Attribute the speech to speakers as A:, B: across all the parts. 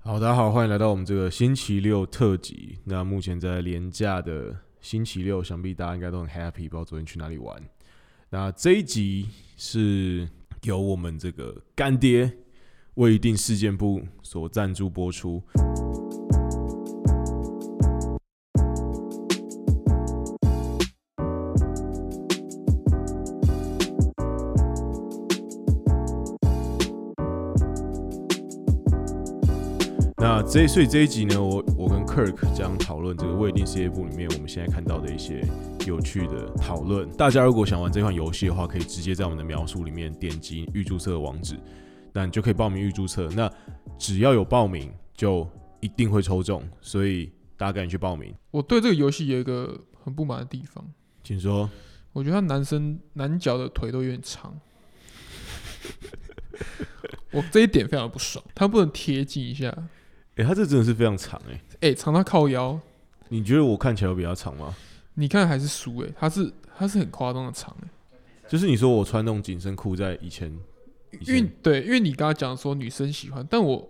A: 好，大家好，欢迎来到我们这个星期六特辑。那目前在廉价的星期六，想必大家应该都很 happy，不知道昨天去哪里玩。那这一集是由我们这个干爹未定事件部所赞助播出。那这一所以这一集呢，我我跟 Kirk 将讨论这个未定事业部里面我们现在看到的一些有趣的讨论。大家如果想玩这款游戏的话，可以直接在我们的描述里面点击预注册的网址，那你就可以报名预注册。那只要有报名，就一定会抽中，所以大家赶紧去报名。
B: 我对这个游戏有一个很不满的地方，
A: 请说，
B: 我觉得他男生男角的腿都有点 长，我这一点非常不爽。他不能贴近一下，
A: 诶、他这真的是非常长诶、
B: 哎、长到靠腰，
A: 你觉得我看起来有比较长吗？
B: 你看还是输哎、他是他是很夸张的长哎、
A: 就是你说我穿那种紧身裤，在以前
B: 因为对，因为你刚刚讲说女生喜欢，但我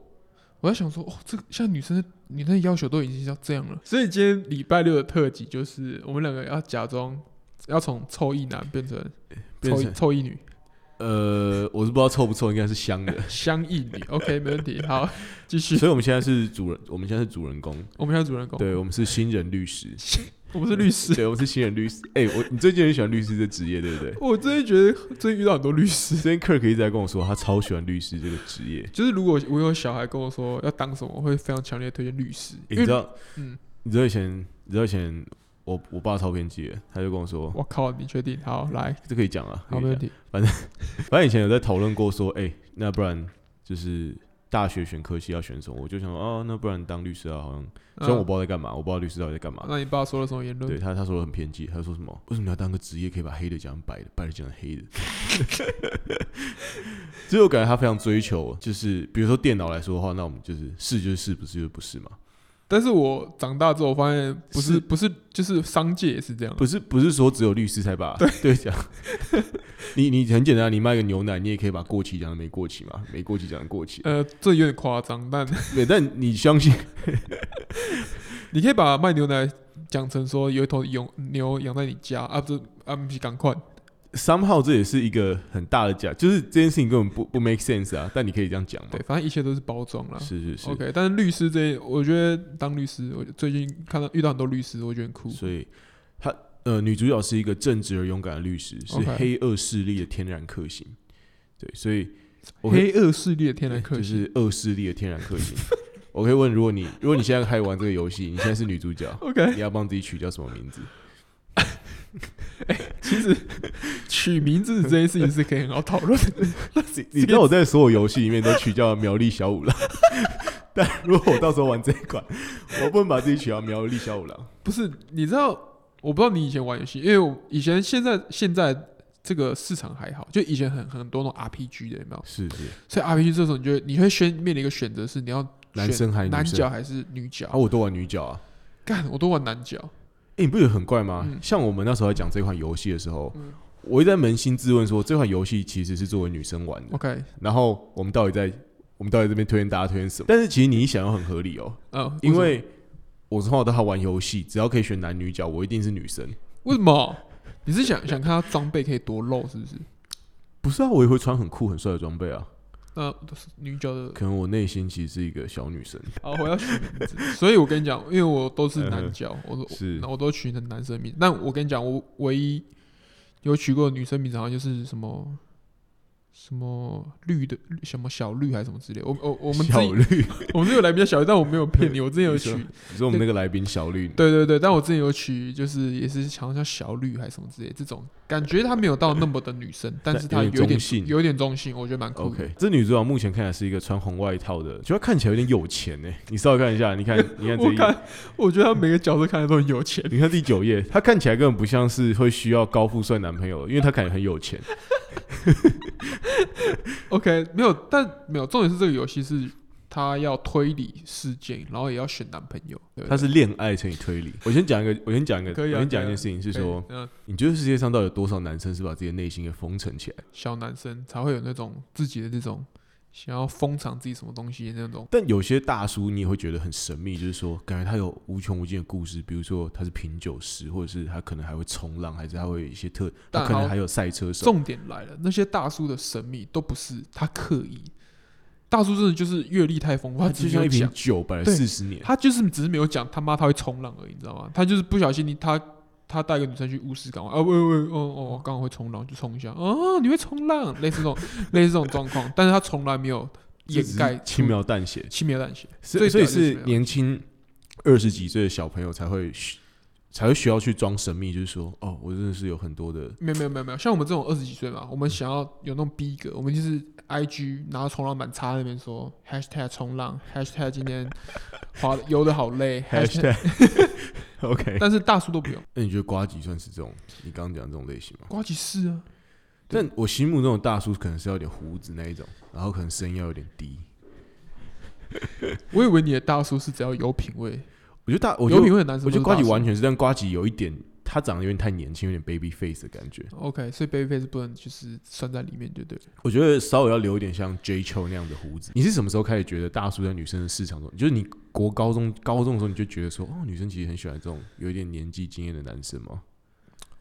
B: 我在想说，哦，这个像女生的女生的要求都已经要这样了，所以今天礼拜六的特辑就是我们两个要假装要从臭一男变成
A: 变
B: 臭一
A: 成
B: 臭一女，
A: 呃，我是不知道臭不臭，应该是香的。
B: 相异 女，OK 没问题，好，继续。
A: 所以我们现在是主人，我们现在是主人公，
B: 我们现在主人公，
A: 对我们是新人律师，
B: 我不是律师。
A: 对我们是新人 律师。哎、我你最近很喜欢律师这职业，对不对？
B: 我最近觉得最近遇到很多律师，
A: 最近 Kirk 一直在跟我说，他超喜欢律师这个职业。
B: 就是如果我有小孩跟我说要当什么，我会非常强烈推荐律师，
A: 欸
B: 因
A: 你知
B: 为
A: 道，
B: 嗯
A: 你知道以前，你知道以前我我爸超偏激的，他就跟我说，
B: 我靠，你确定？好，来，
A: 这可以讲啊，
B: 好，
A: 可
B: 没
A: 以
B: 问
A: 讲。
B: 题。
A: 反正以前有在讨论过说，哎、那不然就是大学选科系要选什么？我就想说，哦，那不然当律师啊，好像虽然我
B: 嗯
A: 不知道在干嘛，我不知道律师到底在干嘛。
B: 那你爸说了什么言
A: 对
B: 论？
A: 他，他说得很偏激，他说什么？为什么你要当个职业可以把黑的讲成白的，白的讲成黑的？ 所以我感觉他非常追求，就是比如说电脑来说的话，那我们就是是就是是，不是就是不是嘛？
B: 嗯但是我长大之后发现，不是
A: 是
B: 不是，就是商界也是这样，
A: 不是不是说只有律师才把对讲。你你很简单，啊你卖个牛奶，你也可以把过期讲成没过期嘛，没过期讲成过期。
B: 呃，这有点夸张，但
A: 对，但你相信
B: 你可以把卖牛奶讲成说有一头牛牛养在你家啊，不是啊，不是赶快，
A: somehow 这也是一个很大的假，就是这件事情根本不不 make sense 啊。但你可以这样讲嘛
B: 对，？反正一切都是包装啦。
A: 是是是。
B: OK，但是律师这，我觉得当律师，我最近看到遇到很多律师，我觉得很酷。
A: 所以她呃，女主角是一个正直而勇敢的律师，是
B: OK
A: 黑恶势力的天然克星。对，所以我可以
B: 黑恶势力的天然克
A: 就
B: 星。
A: 是恶势力的天然克星。 我可以问，如果你如果你现在开始玩这个游戏，你现在是女主角，
B: OK，
A: 你要帮自己取叫什么名字？
B: 其实 取名字这件事情是可以很好讨论的。
A: 你知道我在所有游戏里面都取叫苗栗小五郎， 但如果我到时候玩这一款，我不能把自己取叫苗栗小五郎。
B: 不是，你知道，我不知道你以前玩游戏，因为我以前现在现在这个市场还好，就以前很很多那种 RPG 的，有没有？
A: 是是，
B: 所以 RPG 这种，你就会你会先面临一个选择，是你要
A: 男生还是
B: 男
A: 女
B: 角
A: 生？
B: 还是女角
A: 啊，？我都玩女角啊。
B: 干，我都玩男角。
A: 哎、你不觉得很怪吗？
B: 嗯
A: 像我们那时候在讲这款游戏的时候，
B: 嗯
A: 我一直在扪心自问说，这款游戏其实是作为女生玩的，
B: OK，
A: 然后我们到底在我们到底这边推荐大家推荐什么？但是其实你一想要很合理哦，
B: 嗯，
A: 因为我从小到大玩游戏，只要可以选男女角，我一定是女生。
B: 为什么？你是想想看他装备可以多露，是不是？
A: 不是啊，我也会穿很酷很帅的装备啊。
B: 那呃都是女角的
A: 可能我内心其实是一个小女生，
B: 好，我要取名字。 所以我跟你讲，因为我都是男角，我都
A: 是
B: 那我都取的男生名字。但我跟你讲，我唯一有取过的女生名字，好像就是什么什么绿的，什么小绿还是什么之类。我我我们自
A: 小
B: 己，
A: 绿。
B: 我们这有来宾叫小绿，但我没有骗你，我之前有取
A: 你。你说我们那个来宾小绿，
B: 对对对，但我之前有取，就是也是好像叫小绿还是什么之类，这种感觉她没有到那么的女生，但是她
A: 有点
B: 有点
A: 中性
B: 有点中性，我觉得蛮酷的。
A: OK，这女主角目前看起来是一个穿红外套的，就她看起来有点有钱呢、你稍微看一下，你看，你看这
B: 我
A: 一
B: 看，我觉得她每个角色看起来都很有钱。
A: 你看第九页，她看起来根本不像是会需要高富帅男朋友的，因为她感觉很有钱。
B: OK，没有，但没有，重点是这个游戏是他要推理事件，然后也要选男朋友。对不对
A: 她是恋爱乘以推理。我先讲一个，我先讲一个，
B: 可以啊
A: 我先讲一件
B: 可以啊
A: 事情是
B: 可以
A: 说，
B: 嗯，
A: 你觉得世界上到底有多少男生是把自己的内心给封存起来？
B: 小男生才会有那种自己的这种想要封藏自己什么东西的那种。
A: 但有些大叔你也会觉得很神秘，就是说感觉他有无穷无尽的故事，比如说他是品酒师，或者是他可能还会冲浪，还是他会有一些特，他
B: 但
A: 可能
B: 好
A: 还有赛车手。
B: 重点来了，那些大叔的神秘都不是他刻意，大叔真的就是阅历太丰富，
A: 他
B: 他只
A: 就是像
B: 没有
A: 一瓶
B: 讲，
A: 酒，摆了
B: 对
A: 四十年。
B: 他就是只是没有讲他妈他会冲浪而已，你知道吗？他就是不小心你他。他带个女生去乌斯港湾，啊喂喂，哦哦，刚好会冲浪就冲一下，哦，你会冲浪，类似这种类似这种状况，但是他从来没有
A: 这
B: 掩
A: 只是
B: 盖
A: 轻描淡写，
B: 轻描淡写，
A: 所
B: 最
A: 所以
B: 屌就是
A: 是
B: 没有
A: 年轻二十几岁的小朋友才会需才会需要去装神秘，就是说哦，我真的是有很多的
B: 没有没有没有没有，像我们这种二十几岁
A: 嗯
B: 嘛，我们想要有那种逼格，我们就是 I G 拿冲浪板插在那边说 hashtag 冲浪 hashtag 今天滑游的好 累 hashtag，
A: hashtag。OK，
B: 但是大叔都不用，
A: 那你觉得瓜吉算是这种你刚刚讲的这种类型吗？
B: 瓜吉是啊，对
A: 但我心目中的大叔可能是要有点胡子那一种，然后可能声音要有点低。
B: 我以为你的大叔是只要有品味，
A: 我觉得大，我觉
B: 有
A: 得
B: 品味的男生
A: 我觉得
B: 都是
A: 瓜
B: 大叔，
A: 吉完全是，但瓜吉有一点，他长得有点太年轻，有点 baby face 的感觉。
B: OK，所以 baby face 不能就是算在里面，对不对了？
A: 我觉得稍微要留一点像 J. Cho 那样的胡子。你是什么时候开始觉得大叔在女生的市场中，就是你国高中高中的时候，你就觉得说，哦，女生其实很喜欢这种有一点年纪经验的男生吗？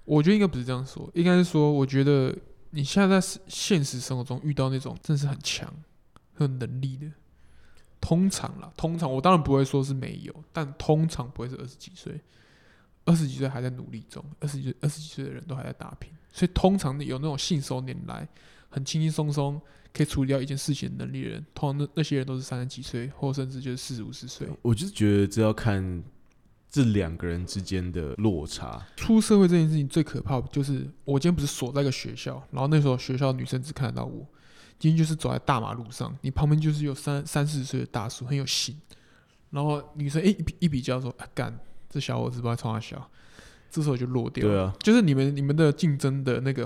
B: 我觉得应该不是这样说，应该是说，我觉得你现在在现实生活中遇到那种真的是很强、很有能力的，通常啦，通常我当然不会说是没有，但通常不会是二十几岁，二十几岁还在努力中，二十几岁二十几岁的人都还在打拼，所以通常有那种信手拈来、很轻轻松松可以处理掉一件事情的能力的人，通常那那些人都是三十几岁，或甚至就是四十五十岁，
A: 我就是觉得这要看这两个人之间的落差。
B: 出社会这件事情最可怕的就是，我今天不是锁在一个学校，然后那时候学校的女生只看得到我，今天就是走在大马路上，你旁边就是有三三四十岁的大叔，很有型，然后女生诶一比一比较说，啊干，这小伙子不知道冲他小，这时候就落掉了。
A: 对啊，
B: 就是你们你们的竞争的那个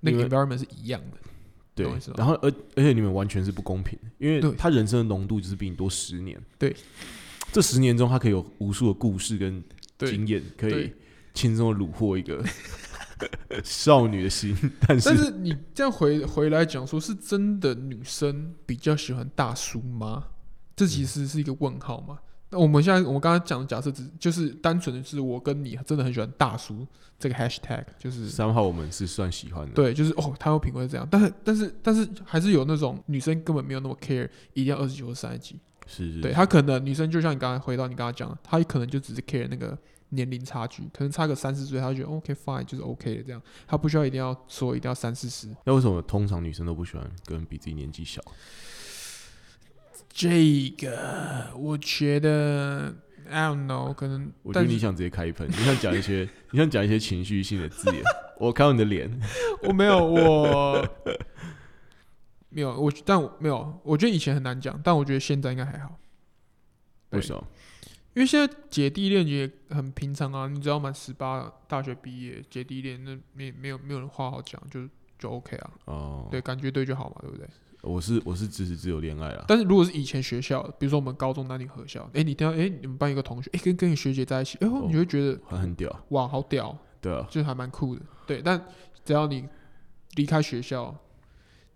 B: 那
A: 你
B: 个
A: 们
B: environment 是一样的，
A: 对
B: 懂我意思吗，
A: 然后而而且你们完全是不公平的，因为
B: 对
A: 他人生的浓度就是比你多十年。
B: 对，
A: 这十年中他可以有无数的故事跟
B: 对。
A: 经验，可以
B: 对
A: 轻松的虏获一个 少女的心，但是
B: 但是你这样回回来讲说，是真的女生比较喜欢大叔吗？这其实是一个问号嘛。那我们现在我们刚刚讲的假设只就是单纯的是我跟你真的很喜欢大叔这个 hashtag，就是
A: 三号我们是啊算喜欢的。
B: 对，就是哦，他有品味这样，但是但是但是还是有那种女生根本没有那么 care，一定要二十九或三十几，
A: 是是，
B: 对她可能女生就像你刚才回到你刚刚讲的，她可能就只是 care 那个年龄差距，可能差个三四岁，她就觉得 OK fine 就是 OK 的这样，她不需要一定要说一定要三四十，
A: 那为什么通常女生都不喜欢跟比自己年纪小？
B: 这个我觉得 I don't know，可能
A: 我觉
B: 但
A: 得
B: 是
A: 你想直接开喷，你想讲一些， 你想讲一些情绪性的字 眼。我看到你的脸，
B: 我没有我没有我，但我没有，我觉得以前很难讲，但我觉得现在应该还好，对
A: 为什么？
B: 因为现在姐弟恋也很平常啊，你只要满十八，大学毕业姐弟恋，那没没有没有人话好讲，就就 OK 啊，
A: 哦，
B: 对，，感觉对就好嘛，对不对？
A: 我是我是支持自由恋爱啦。
B: 但是如果是以前学校，比如说我们高中男女合校，哎、你听到哎、诶你们班有个同学，哎、跟跟你学姐在一起，哎、呦，你就会觉得、
A: 很很屌，
B: 哇好屌哦，
A: 对啊，
B: 就是还蛮酷的。对，但只要你离开学校，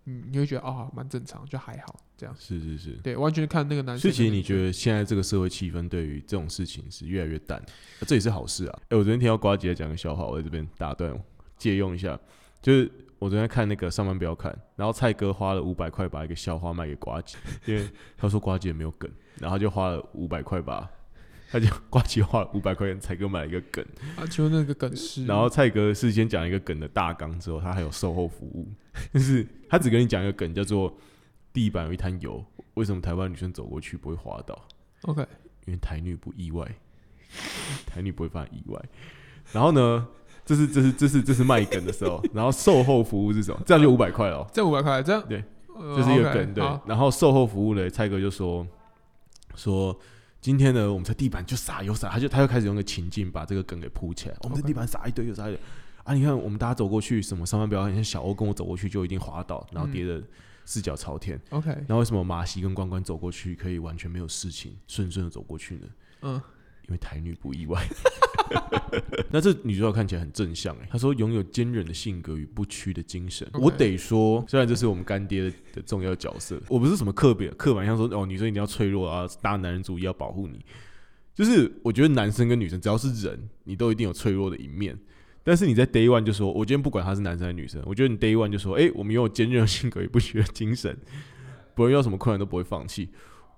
B: 嗯，你会觉得哦，蛮正常，就还好这样。
A: 是是是。
B: 对，完全看那个男
A: 所
B: 生
A: 以
B: 的那个。
A: 其实你觉得现在这个社会气氛对于这种事情是越来越淡，啊这也是好事啊。哎、我昨天听到瓜姐讲个笑话，我在这边打断哦，借用一下，就是我昨天看那个上班不要看，然后蔡哥花了五百块把一个笑话卖给瓜姐，因为他说瓜姐没有梗，然后他就花了五百块把。他就瓜姐花了五百块钱，蔡哥买了一个梗，
B: 啊，就那个梗是，
A: 然后蔡哥事先讲一个梗的大纲之后，他还有售后服务，就是他只跟你讲一个梗，叫做地板有一滩油，为什么台湾女生走过去不会滑倒？
B: OK，
A: 因为台女不意外，台女不会发生意外。然后呢，这是这是这是这是卖梗的时候，然后售后服务是什么？这样就五百块了哦，
B: 这五百块这样
A: 对
B: 呃
A: 这是一个
B: OK，
A: 梗对
B: 好。
A: 然后售后服务呢，蔡哥就说说。今天呢，我们在地板就撒油撒，他就他就开始用个情境把这个梗给铺起来。我们在
B: OK
A: 地板撒一堆又撒一堆啊！你看我们大家走过去，什么上班不要看，像小欧跟我走过去就一定滑
B: 嗯
A: 倒，然后跌的四脚朝天。
B: OK，
A: 然后为什么马西跟关关走过去可以完全没有事情，顺顺的走过去呢？
B: 嗯，
A: 因为台女不意外。 那这女主角看起来很正向哎、她说拥有坚韧的性格与不屈的精神。
B: OK
A: 我得说，虽然这是我们干爹的的重要角色，我不是什么刻板刻板印象说哦，女生一定要脆弱啊，大男人主义要保护你。就是我觉得男生跟女生只要是人，你都一定有脆弱的一面。但是你在 day one 就说，我今天不管他是男生还是女生，我觉得你 day one 就说，哎、我们拥有坚韧的性格与不屈的精神，不论遇到什么困难都不会放弃。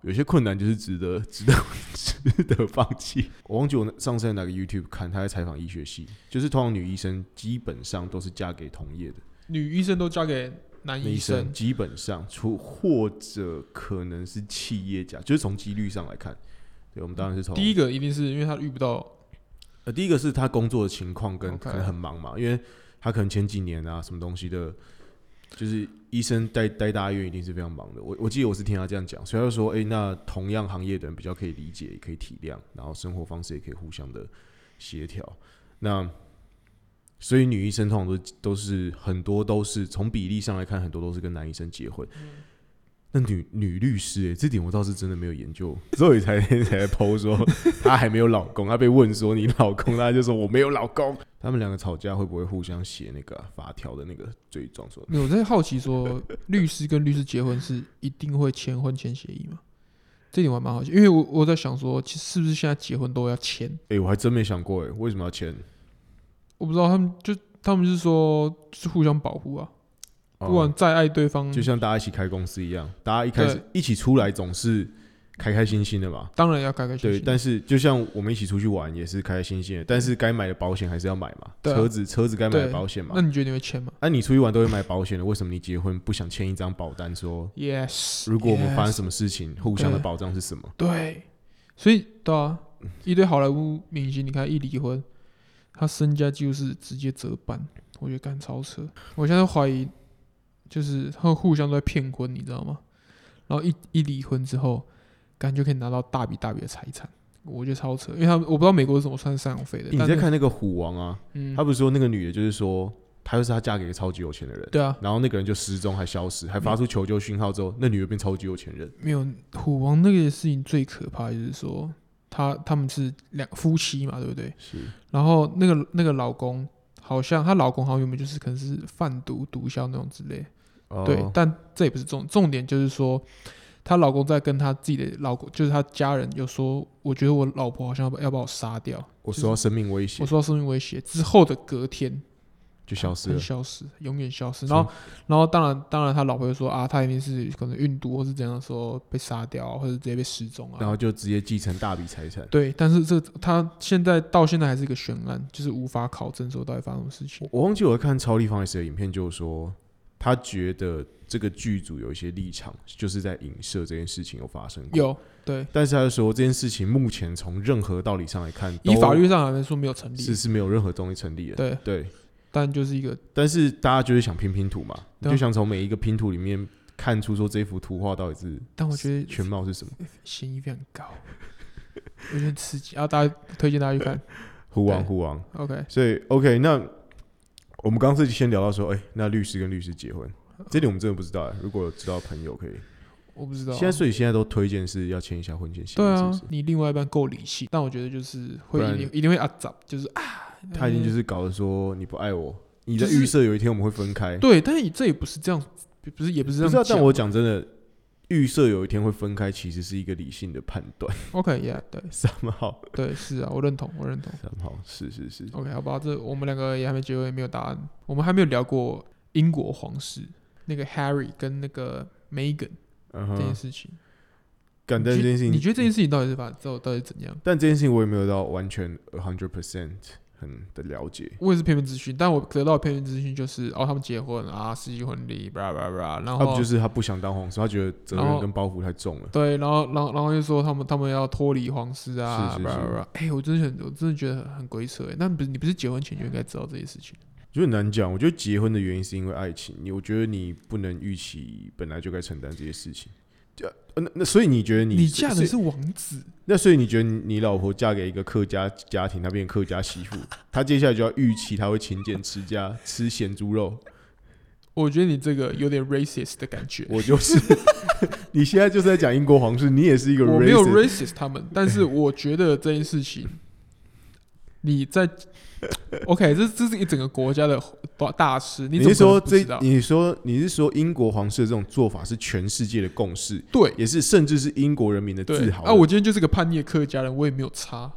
A: 有些困难就是值得、值得、 值得放弃。我忘记我上次在哪个 YouTube 看，他在采访医学系，就是通常女医生基本上都是嫁给同业的
B: 女医生都嫁给男
A: 医
B: 医生，
A: 基本上除或者可能是企业家，就是从几率上来看，对我们当然是从
B: 第一个一定是因为她遇不到，
A: 呃，第一个是他工作的情况跟
B: OK
A: 可能很忙嘛，因为他可能前几年啊什么东西的，就是医生待待大医院一定是非常忙的。我我记得我是听他这样讲，所以他就说，哎、那同样行业的人比较可以理解，也可以体谅，然后生活方式也可以互相的协调。那所以女医生通常都都是很多都是从比例上来看，很多都是跟男医生结婚。那女女律师、欸，这点我倒是真的没有研究，所以才才在剖说她还没有老公，她被问说你老公，她就说我没有老公。他们两个吵架会不会互相写那个啊法条的那个罪状？说
B: 没有我在好 奇说，律师跟律师结婚是一定会签婚前协议吗？这点我还蛮好奇，因为我我在想说，其实是不是现在结婚都要签？
A: 哎、我还真没想过哎、为什么要签？
B: 我不知道他们就他们是说就是互相保护啊，不管再爱对方，
A: 哦就像大家一起开公司一样，大家一开始
B: 对
A: 一起出来总是开开心心的嘛。
B: 当然要开开心
A: 对，
B: 心。
A: 但是就像我们一起出去玩也是开开心心的，但是该买的保险还是要买嘛，
B: 对啊
A: 车子车子该买的
B: 对
A: 保险嘛
B: 那。你觉得你会签吗
A: 那、你出去玩都会买保险的，为什么你结婚不想签一张保单说，
B: ？Yes。
A: 如果我们发生
B: yes，
A: 什么事情，互相的
B: 对
A: 保障是什么？
B: 对，所以对啊，一堆好莱坞明星，你看一离婚，他身家几乎是直接折半，我觉得干超车。我现在怀疑，就是他们互相都在骗婚，你知道吗？然后一一离婚之后，感觉可以拿到大笔大笔的财产，我觉得超扯，因为他们我不知道美国是怎么算赡养费的。
A: 你
B: 但
A: 在
B: 是，
A: 看那个虎王啊，
B: 嗯
A: 他，不是说那个女的，就是说她又是她嫁给一个超级有钱的人，
B: 对啊，
A: 然后那个人就失踪还消失，还发出求救讯号之后，那女的变超级有钱人。
B: 没有虎王那个事情最可怕，就是说他他们是两夫妻嘛，对不对？
A: 是，
B: 然后那个那个老公好像她老公好像原本就是可能是贩毒毒枭那种之类，
A: 哦
B: 对，但这也不是重重点，就是说她老公在跟她自己的老公，就是她家人有说，我觉得我老婆好像要把要把我杀掉，
A: 我受到生命威胁
B: 我受到生命威胁之后的隔天，
A: 就消失
B: 很
A: 了。
B: 消失，永远消失。然后，然后当然当然她老婆就说啊，她一定是可能运毒或是怎样说被杀掉啊，或者直接被失踪啊，
A: 然后就直接继承大笔财产。
B: 对，但是这他现在到现在还是一个悬案，就是无法考证说到底发生什么事情
A: 我。我忘记我在看超立方 S 的影片，就说他觉得这个剧组有一些立场，就是在影射这件事情有发生过。，
B: 有对，
A: 但是他就说这件事情目前从任何道理上来看，
B: 以法律上来说没有成立，
A: 是是没有任何东西成立的。
B: 对，
A: 对，
B: 但就是一个
A: 但是大家就是想拼拼图嘛，你
B: 对啊
A: 就想从每一个拼图里面看出说这幅图画到底是
B: 但我觉得
A: 全貌是什么。
B: 嫌疑非常高，有点刺激啊！大家推荐大家去看。
A: 虎王，
B: 对
A: 虎王。
B: OK，
A: 所以 OK，那我们刚刚是先聊到说，哎、那律师跟律师结婚，这点我们真的不知道、哎如果有知道的朋友可以。
B: 我不知道。啊
A: 现在所以现在都推荐是要签一下婚前协
B: 对
A: 议，是
B: 啊
A: 不是？，
B: 你另外一半够理性，但我觉得就是会
A: 不然
B: 一定一定会啊咋，就是啊，
A: 他一定就
B: 嗯
A: 是搞得说你不爱我，你
B: 就
A: 在
B: 是
A: 预设有一天我们会分开。
B: 对，但是这也不是这样，不是也不是这
A: 不
B: 样
A: 知道，但
B: 讲
A: 我讲真的，预设有一天会分开，其实是一个理性的判 断。
B: OK，yeah，对
A: 三号，
B: 对是啊，我认同，我认同。
A: 三号，是是是。
B: OK，好吧，这我们两个也还没结婚，也没有答案。我们还没有聊过英国皇室那个 Harry 跟那个 Meghan
A: 嗯哼
B: 这件，事情。
A: 感但这
B: 你觉
A: 件事情，
B: 你觉得这件事情到底是吧？到到底怎样？
A: 但这件事情我也没有到完全 a hundred percent 很的了解。
B: 我也是片面资讯，但我得到的片面资讯就是，哦，他们结婚啊，世纪婚礼，blah blah blah，然
A: 他啊不
B: 后
A: 就是他不想当皇室，他觉得责
B: 哦然
A: 任
B: 后
A: 跟包袱太重了。
B: 对，然后然后然后又说他们他们要脱离皇室啊
A: 是是
B: ，blah
A: 是
B: blah blah。哎，我真的很我真的觉得很鬼扯哎。那不是你不是结婚前就应该知道这些事情？
A: 我觉得很难讲。我觉得结婚的原因是因为爱情，你我觉得你不能预期本来就该承担这些事情。就呃那那所以你觉得你
B: 你嫁的
A: 所以
B: 是王子，
A: 那所以你觉得你你老婆嫁给一个客家家庭，她变 客家媳妇，她接下来就要预期她会勤俭持家，吃咸猪肉。
B: 我觉得你这个有点 racist 的感觉。
A: 我就是 你现在就是在讲英国皇室，你也是一个
B: 我没有
A: racist
B: racist 他们，但是我觉得这件事情，你在 OK，这这是一整个国家的大大事，你
A: 你
B: 怎么
A: 是说
B: 可能不
A: 这
B: 知道？？
A: 你说你是说英国皇室的这种做法是全世界的共识，
B: 对
A: 也是甚至是英国人民的
B: 对
A: 自豪
B: 啊！我今天就是个叛逆的客家人，我也没有差，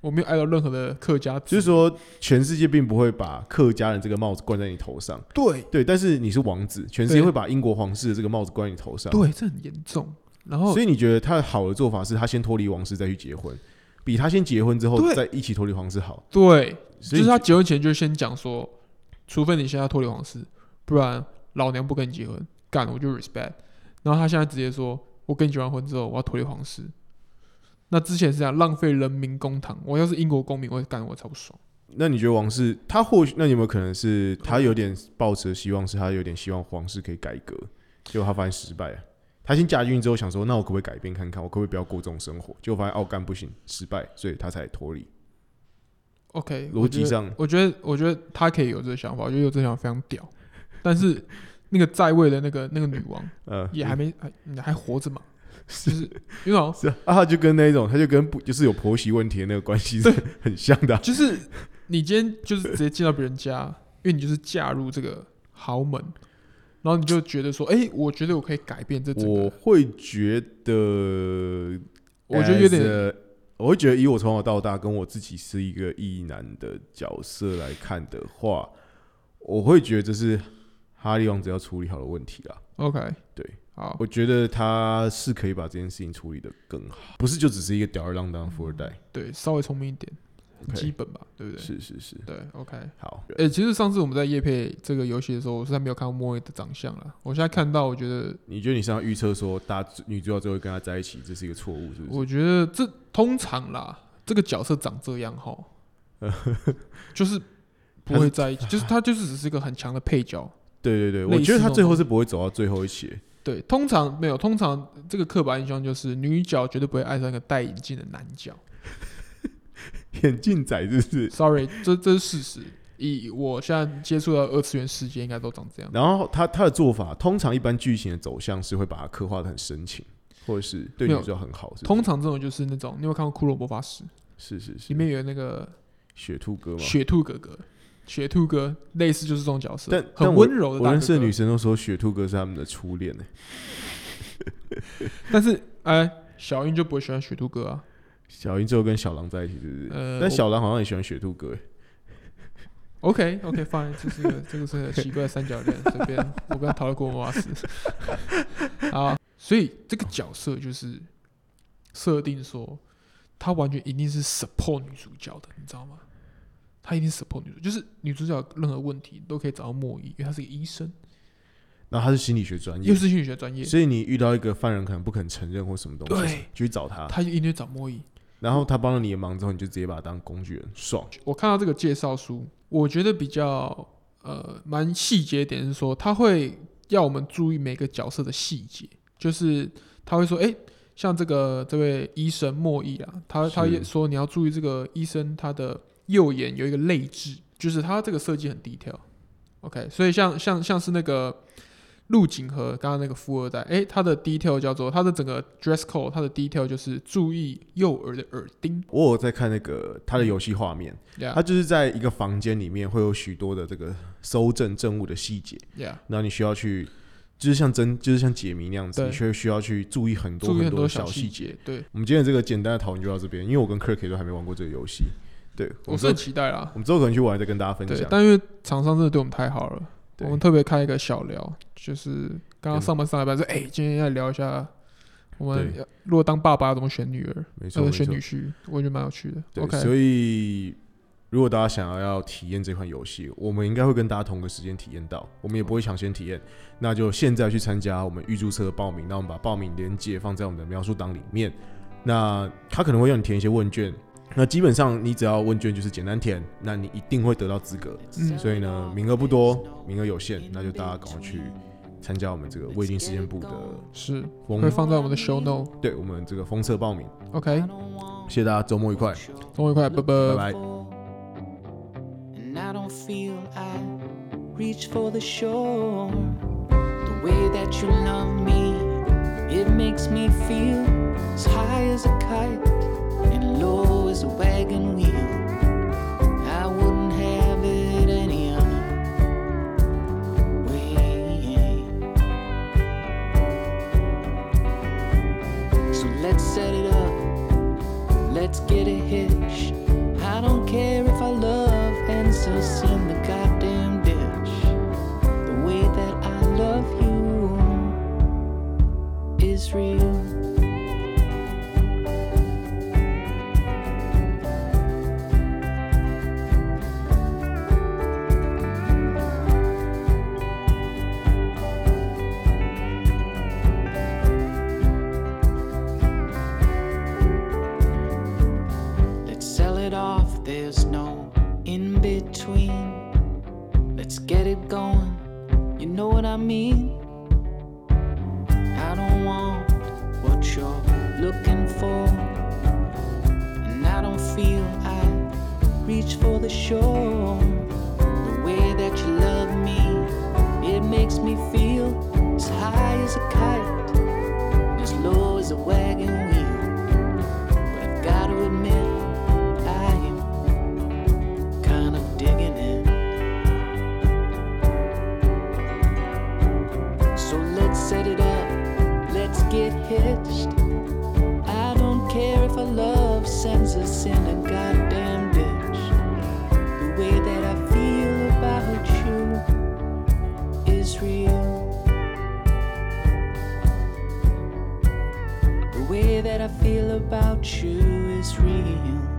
B: 我没有爱到任何的客家字，
A: 就是说，全世界并不会把客家人这个帽子冠在你头上，
B: 对
A: 对，啊但是你是王子，全世界
B: 对
A: 会把英国皇室的这个帽子冠在你头上，
B: 对，这很严重。然后
A: 所以你觉得他好的做法是他先脱离王室再去结婚，比他先结婚之后
B: 对
A: 再一起脱离皇室好，
B: 对，
A: 所以
B: 就是他结婚前就先讲说，除非你现在脱离皇室，不然老娘不跟你结婚，干我就 respect。然后他现在直接说，我跟你结完婚之后，我要脱离皇室。那之前是这样浪费人民公堂，我要是英国公民，我会干我超不爽。
A: 那你觉得王室他或许那有没有可能是他有点抱持的希望是他有点希望皇室可以改革，结果他发现失败了。啊他先嫁进去之后想说，那我可不可以改变看看，我可不可以不要过这种生活？结果发现奥干不行，失败，所以他才脱离。
B: OK，
A: 逻
B: 我觉
A: 辑
B: 得
A: 上
B: 我觉得我觉得他可以有这个想法，我觉得有这个想法非常屌。但是那个在位的那个那个女王
A: 呃，
B: 也还没还还活着嘛，就是因为好像
A: 是啊，啊他就跟那一种，他就跟不就是有婆媳问题的那个关系是很像的啊、
B: 就是 你今天就是直接进到别人家，因为你就是嫁入这个豪门，然后你就觉得说，哎、我觉得我可以改变这整
A: 我
B: 个，
A: 会觉得，
B: 我觉得有点
A: as a- 我会觉得以我从小到大跟我自己是一个异男的角色来看的话，我会觉得这是哈利王子要处理好的问题啦。
B: OK，
A: 对，
B: 好，
A: 我觉得他是可以把这件事情处理的更好，嗯不是就只是一个吊儿郎当的富二代。
B: 对，稍微聪明一点
A: OK
B: 基本吧，对不对？
A: 是是是，
B: 对，OK。
A: 好，
B: 哎、其实上次我们在夜配这个游戏的时候，我是还没有看过莫伊的长相啦。我现在看到，我觉得，
A: 你觉得你上预测说大女主角最后跟他在一起，这是一个错误，是不是？
B: 我觉得这通常啦，这个角色长这样哈， 就是不会在一起，就是他就是只是一个很强的配角，
A: 对对对，
B: 类
A: 我觉得
B: 似
A: 他
B: 那种
A: 最后
B: 东
A: 是不会走到最后一起的。
B: 对，通常没有，通常这个刻板印象就是女角绝对不会爱上一个戴眼镜的男角。
A: 眼镜仔是不是？
B: Sorry，这这是事实。以我现在接触到的二次元世界，应该都长这样。
A: 然后他他的做法，通常一般剧情的走向是会把它刻画的很深情，或者是对
B: 没
A: 女
B: 有
A: 主角很好，是不
B: 通
A: 是
B: 常这种就是那种，你有没有看过《骷髅魔法使》？
A: 是是是，
B: 里面有那个
A: 雪兔哥嘛。
B: 雪兔哥哥，雪兔哥类似就是这种角色，
A: 但但
B: 很温柔的
A: 我
B: 大哥
A: 认识的
B: 哥。
A: 女生都说雪兔哥是他们的初恋欸呢、
B: 但是哎，小樱就不会喜欢雪兔哥啊。
A: 小樱最后跟小狼在一起，是不是？
B: 呃，
A: 但小狼好像也喜欢雪兔哥、欸，
B: OK OK fine，这是一个这个是个奇怪的三角恋，随便，我不要讨论国文瓦斯。啊，所以这个角色就是设定说，他完全一定是 support 女主角的，你知道吗？他一定 support 女主，就是女主角有任何问题都可以找到莫伊，因为他是个医生，
A: 然后他是心理学专业
B: 又，是心理学专业，
A: 所以你遇到一个犯人可能不肯承认或什么东西，
B: 对，
A: 去找他，
B: 他就一定会找莫伊。
A: 然后他帮了你的忙之后，你就直接把他当工具人，爽。
B: 我看到这个介绍书，我觉得比较呃蛮细节一点是说，他会要我们注意每个角色的细节，就是他会说，哎、像这个这位医生莫伊啊，他他
A: 是
B: 也说你要注意这个医生他的右眼有一个泪痣，就是他这个设计很低调。OK，所以像像像是那个陆景和刚刚那个富二代，哎、他的低调叫做他的整个 dress code，他的低调就是注意右耳的耳钉，
A: 我有在看那个他的游戏画面，
B: 呀、
A: 它就是在一个房间里面会有许多的这个搜证证物的细节，
B: 呀。
A: 然后你需要去，就是像真，就是像解谜那样子，
B: 对
A: 你需要需要去注意很多
B: 注意
A: 多
B: 多
A: 的小
B: 细
A: 节。
B: 节。对，
A: 我们今天的这个简单的讨论就到这边，因为我跟 Kirk 也都还没玩过这个游戏，对，我
B: 我
A: 们
B: 是
A: 之后
B: 很期待啦
A: 我。们之后可能去玩再跟大家分
B: 对
A: 享，。
B: 但因为厂商真的对我们太好了，
A: 对
B: 我们特别开一个小聊，就是刚刚上班上来班说，哎、今天要聊一下我们
A: 对
B: 要如果当爸爸要怎么选女儿，
A: 没错
B: 或
A: 没错
B: 者选，女婿，我觉得蛮有趣的。
A: 对，
B: OK，
A: 所以。如果大家想要要体验这款游戏，我们应该会跟大家同个时间体验到，我们也不会抢先体验。那就现在去参加我们预注册的报名，那我们把报名链接放在我们的描述档里面。那他可能会让你填一些问卷，那基本上你只要问卷就是简单填，那你一定会得到资格。
B: 嗯
A: 所以呢，名额不多，名额有限，那就大家赶快去参加我们这个未定时间部的
B: 是会
A: 封，
B: 放在我们的 show note。
A: 对我们这个封测报名。
B: OK，
A: 谢谢大家，周末愉快，
B: 周末愉快，拜拜
A: 拜拜。
C: And I don't feel I reach for the shore. The way that you love me, it makes me feel as high as a kite and low as a wagon wheel. I wouldn't have it any other way. So let's set it up. Let's get a hitch. I don't care if I love and so in the goddamn ditch. The way that I love you is real. Let's sell it off, there's no in between. Let's get it going, you know what I mean? I don't want what you're looking for, and I don't feel I reach for the shore. The way that you love me, it makes me feel as high as a kite, and as low as a wagon wheel. But I've got to admit, I am kind of digging it. So let's set it up, let's get hitched. I don't care if our love sends us in a goddamn ditch. The way that I feel about you is real. The way that I feel about you is real.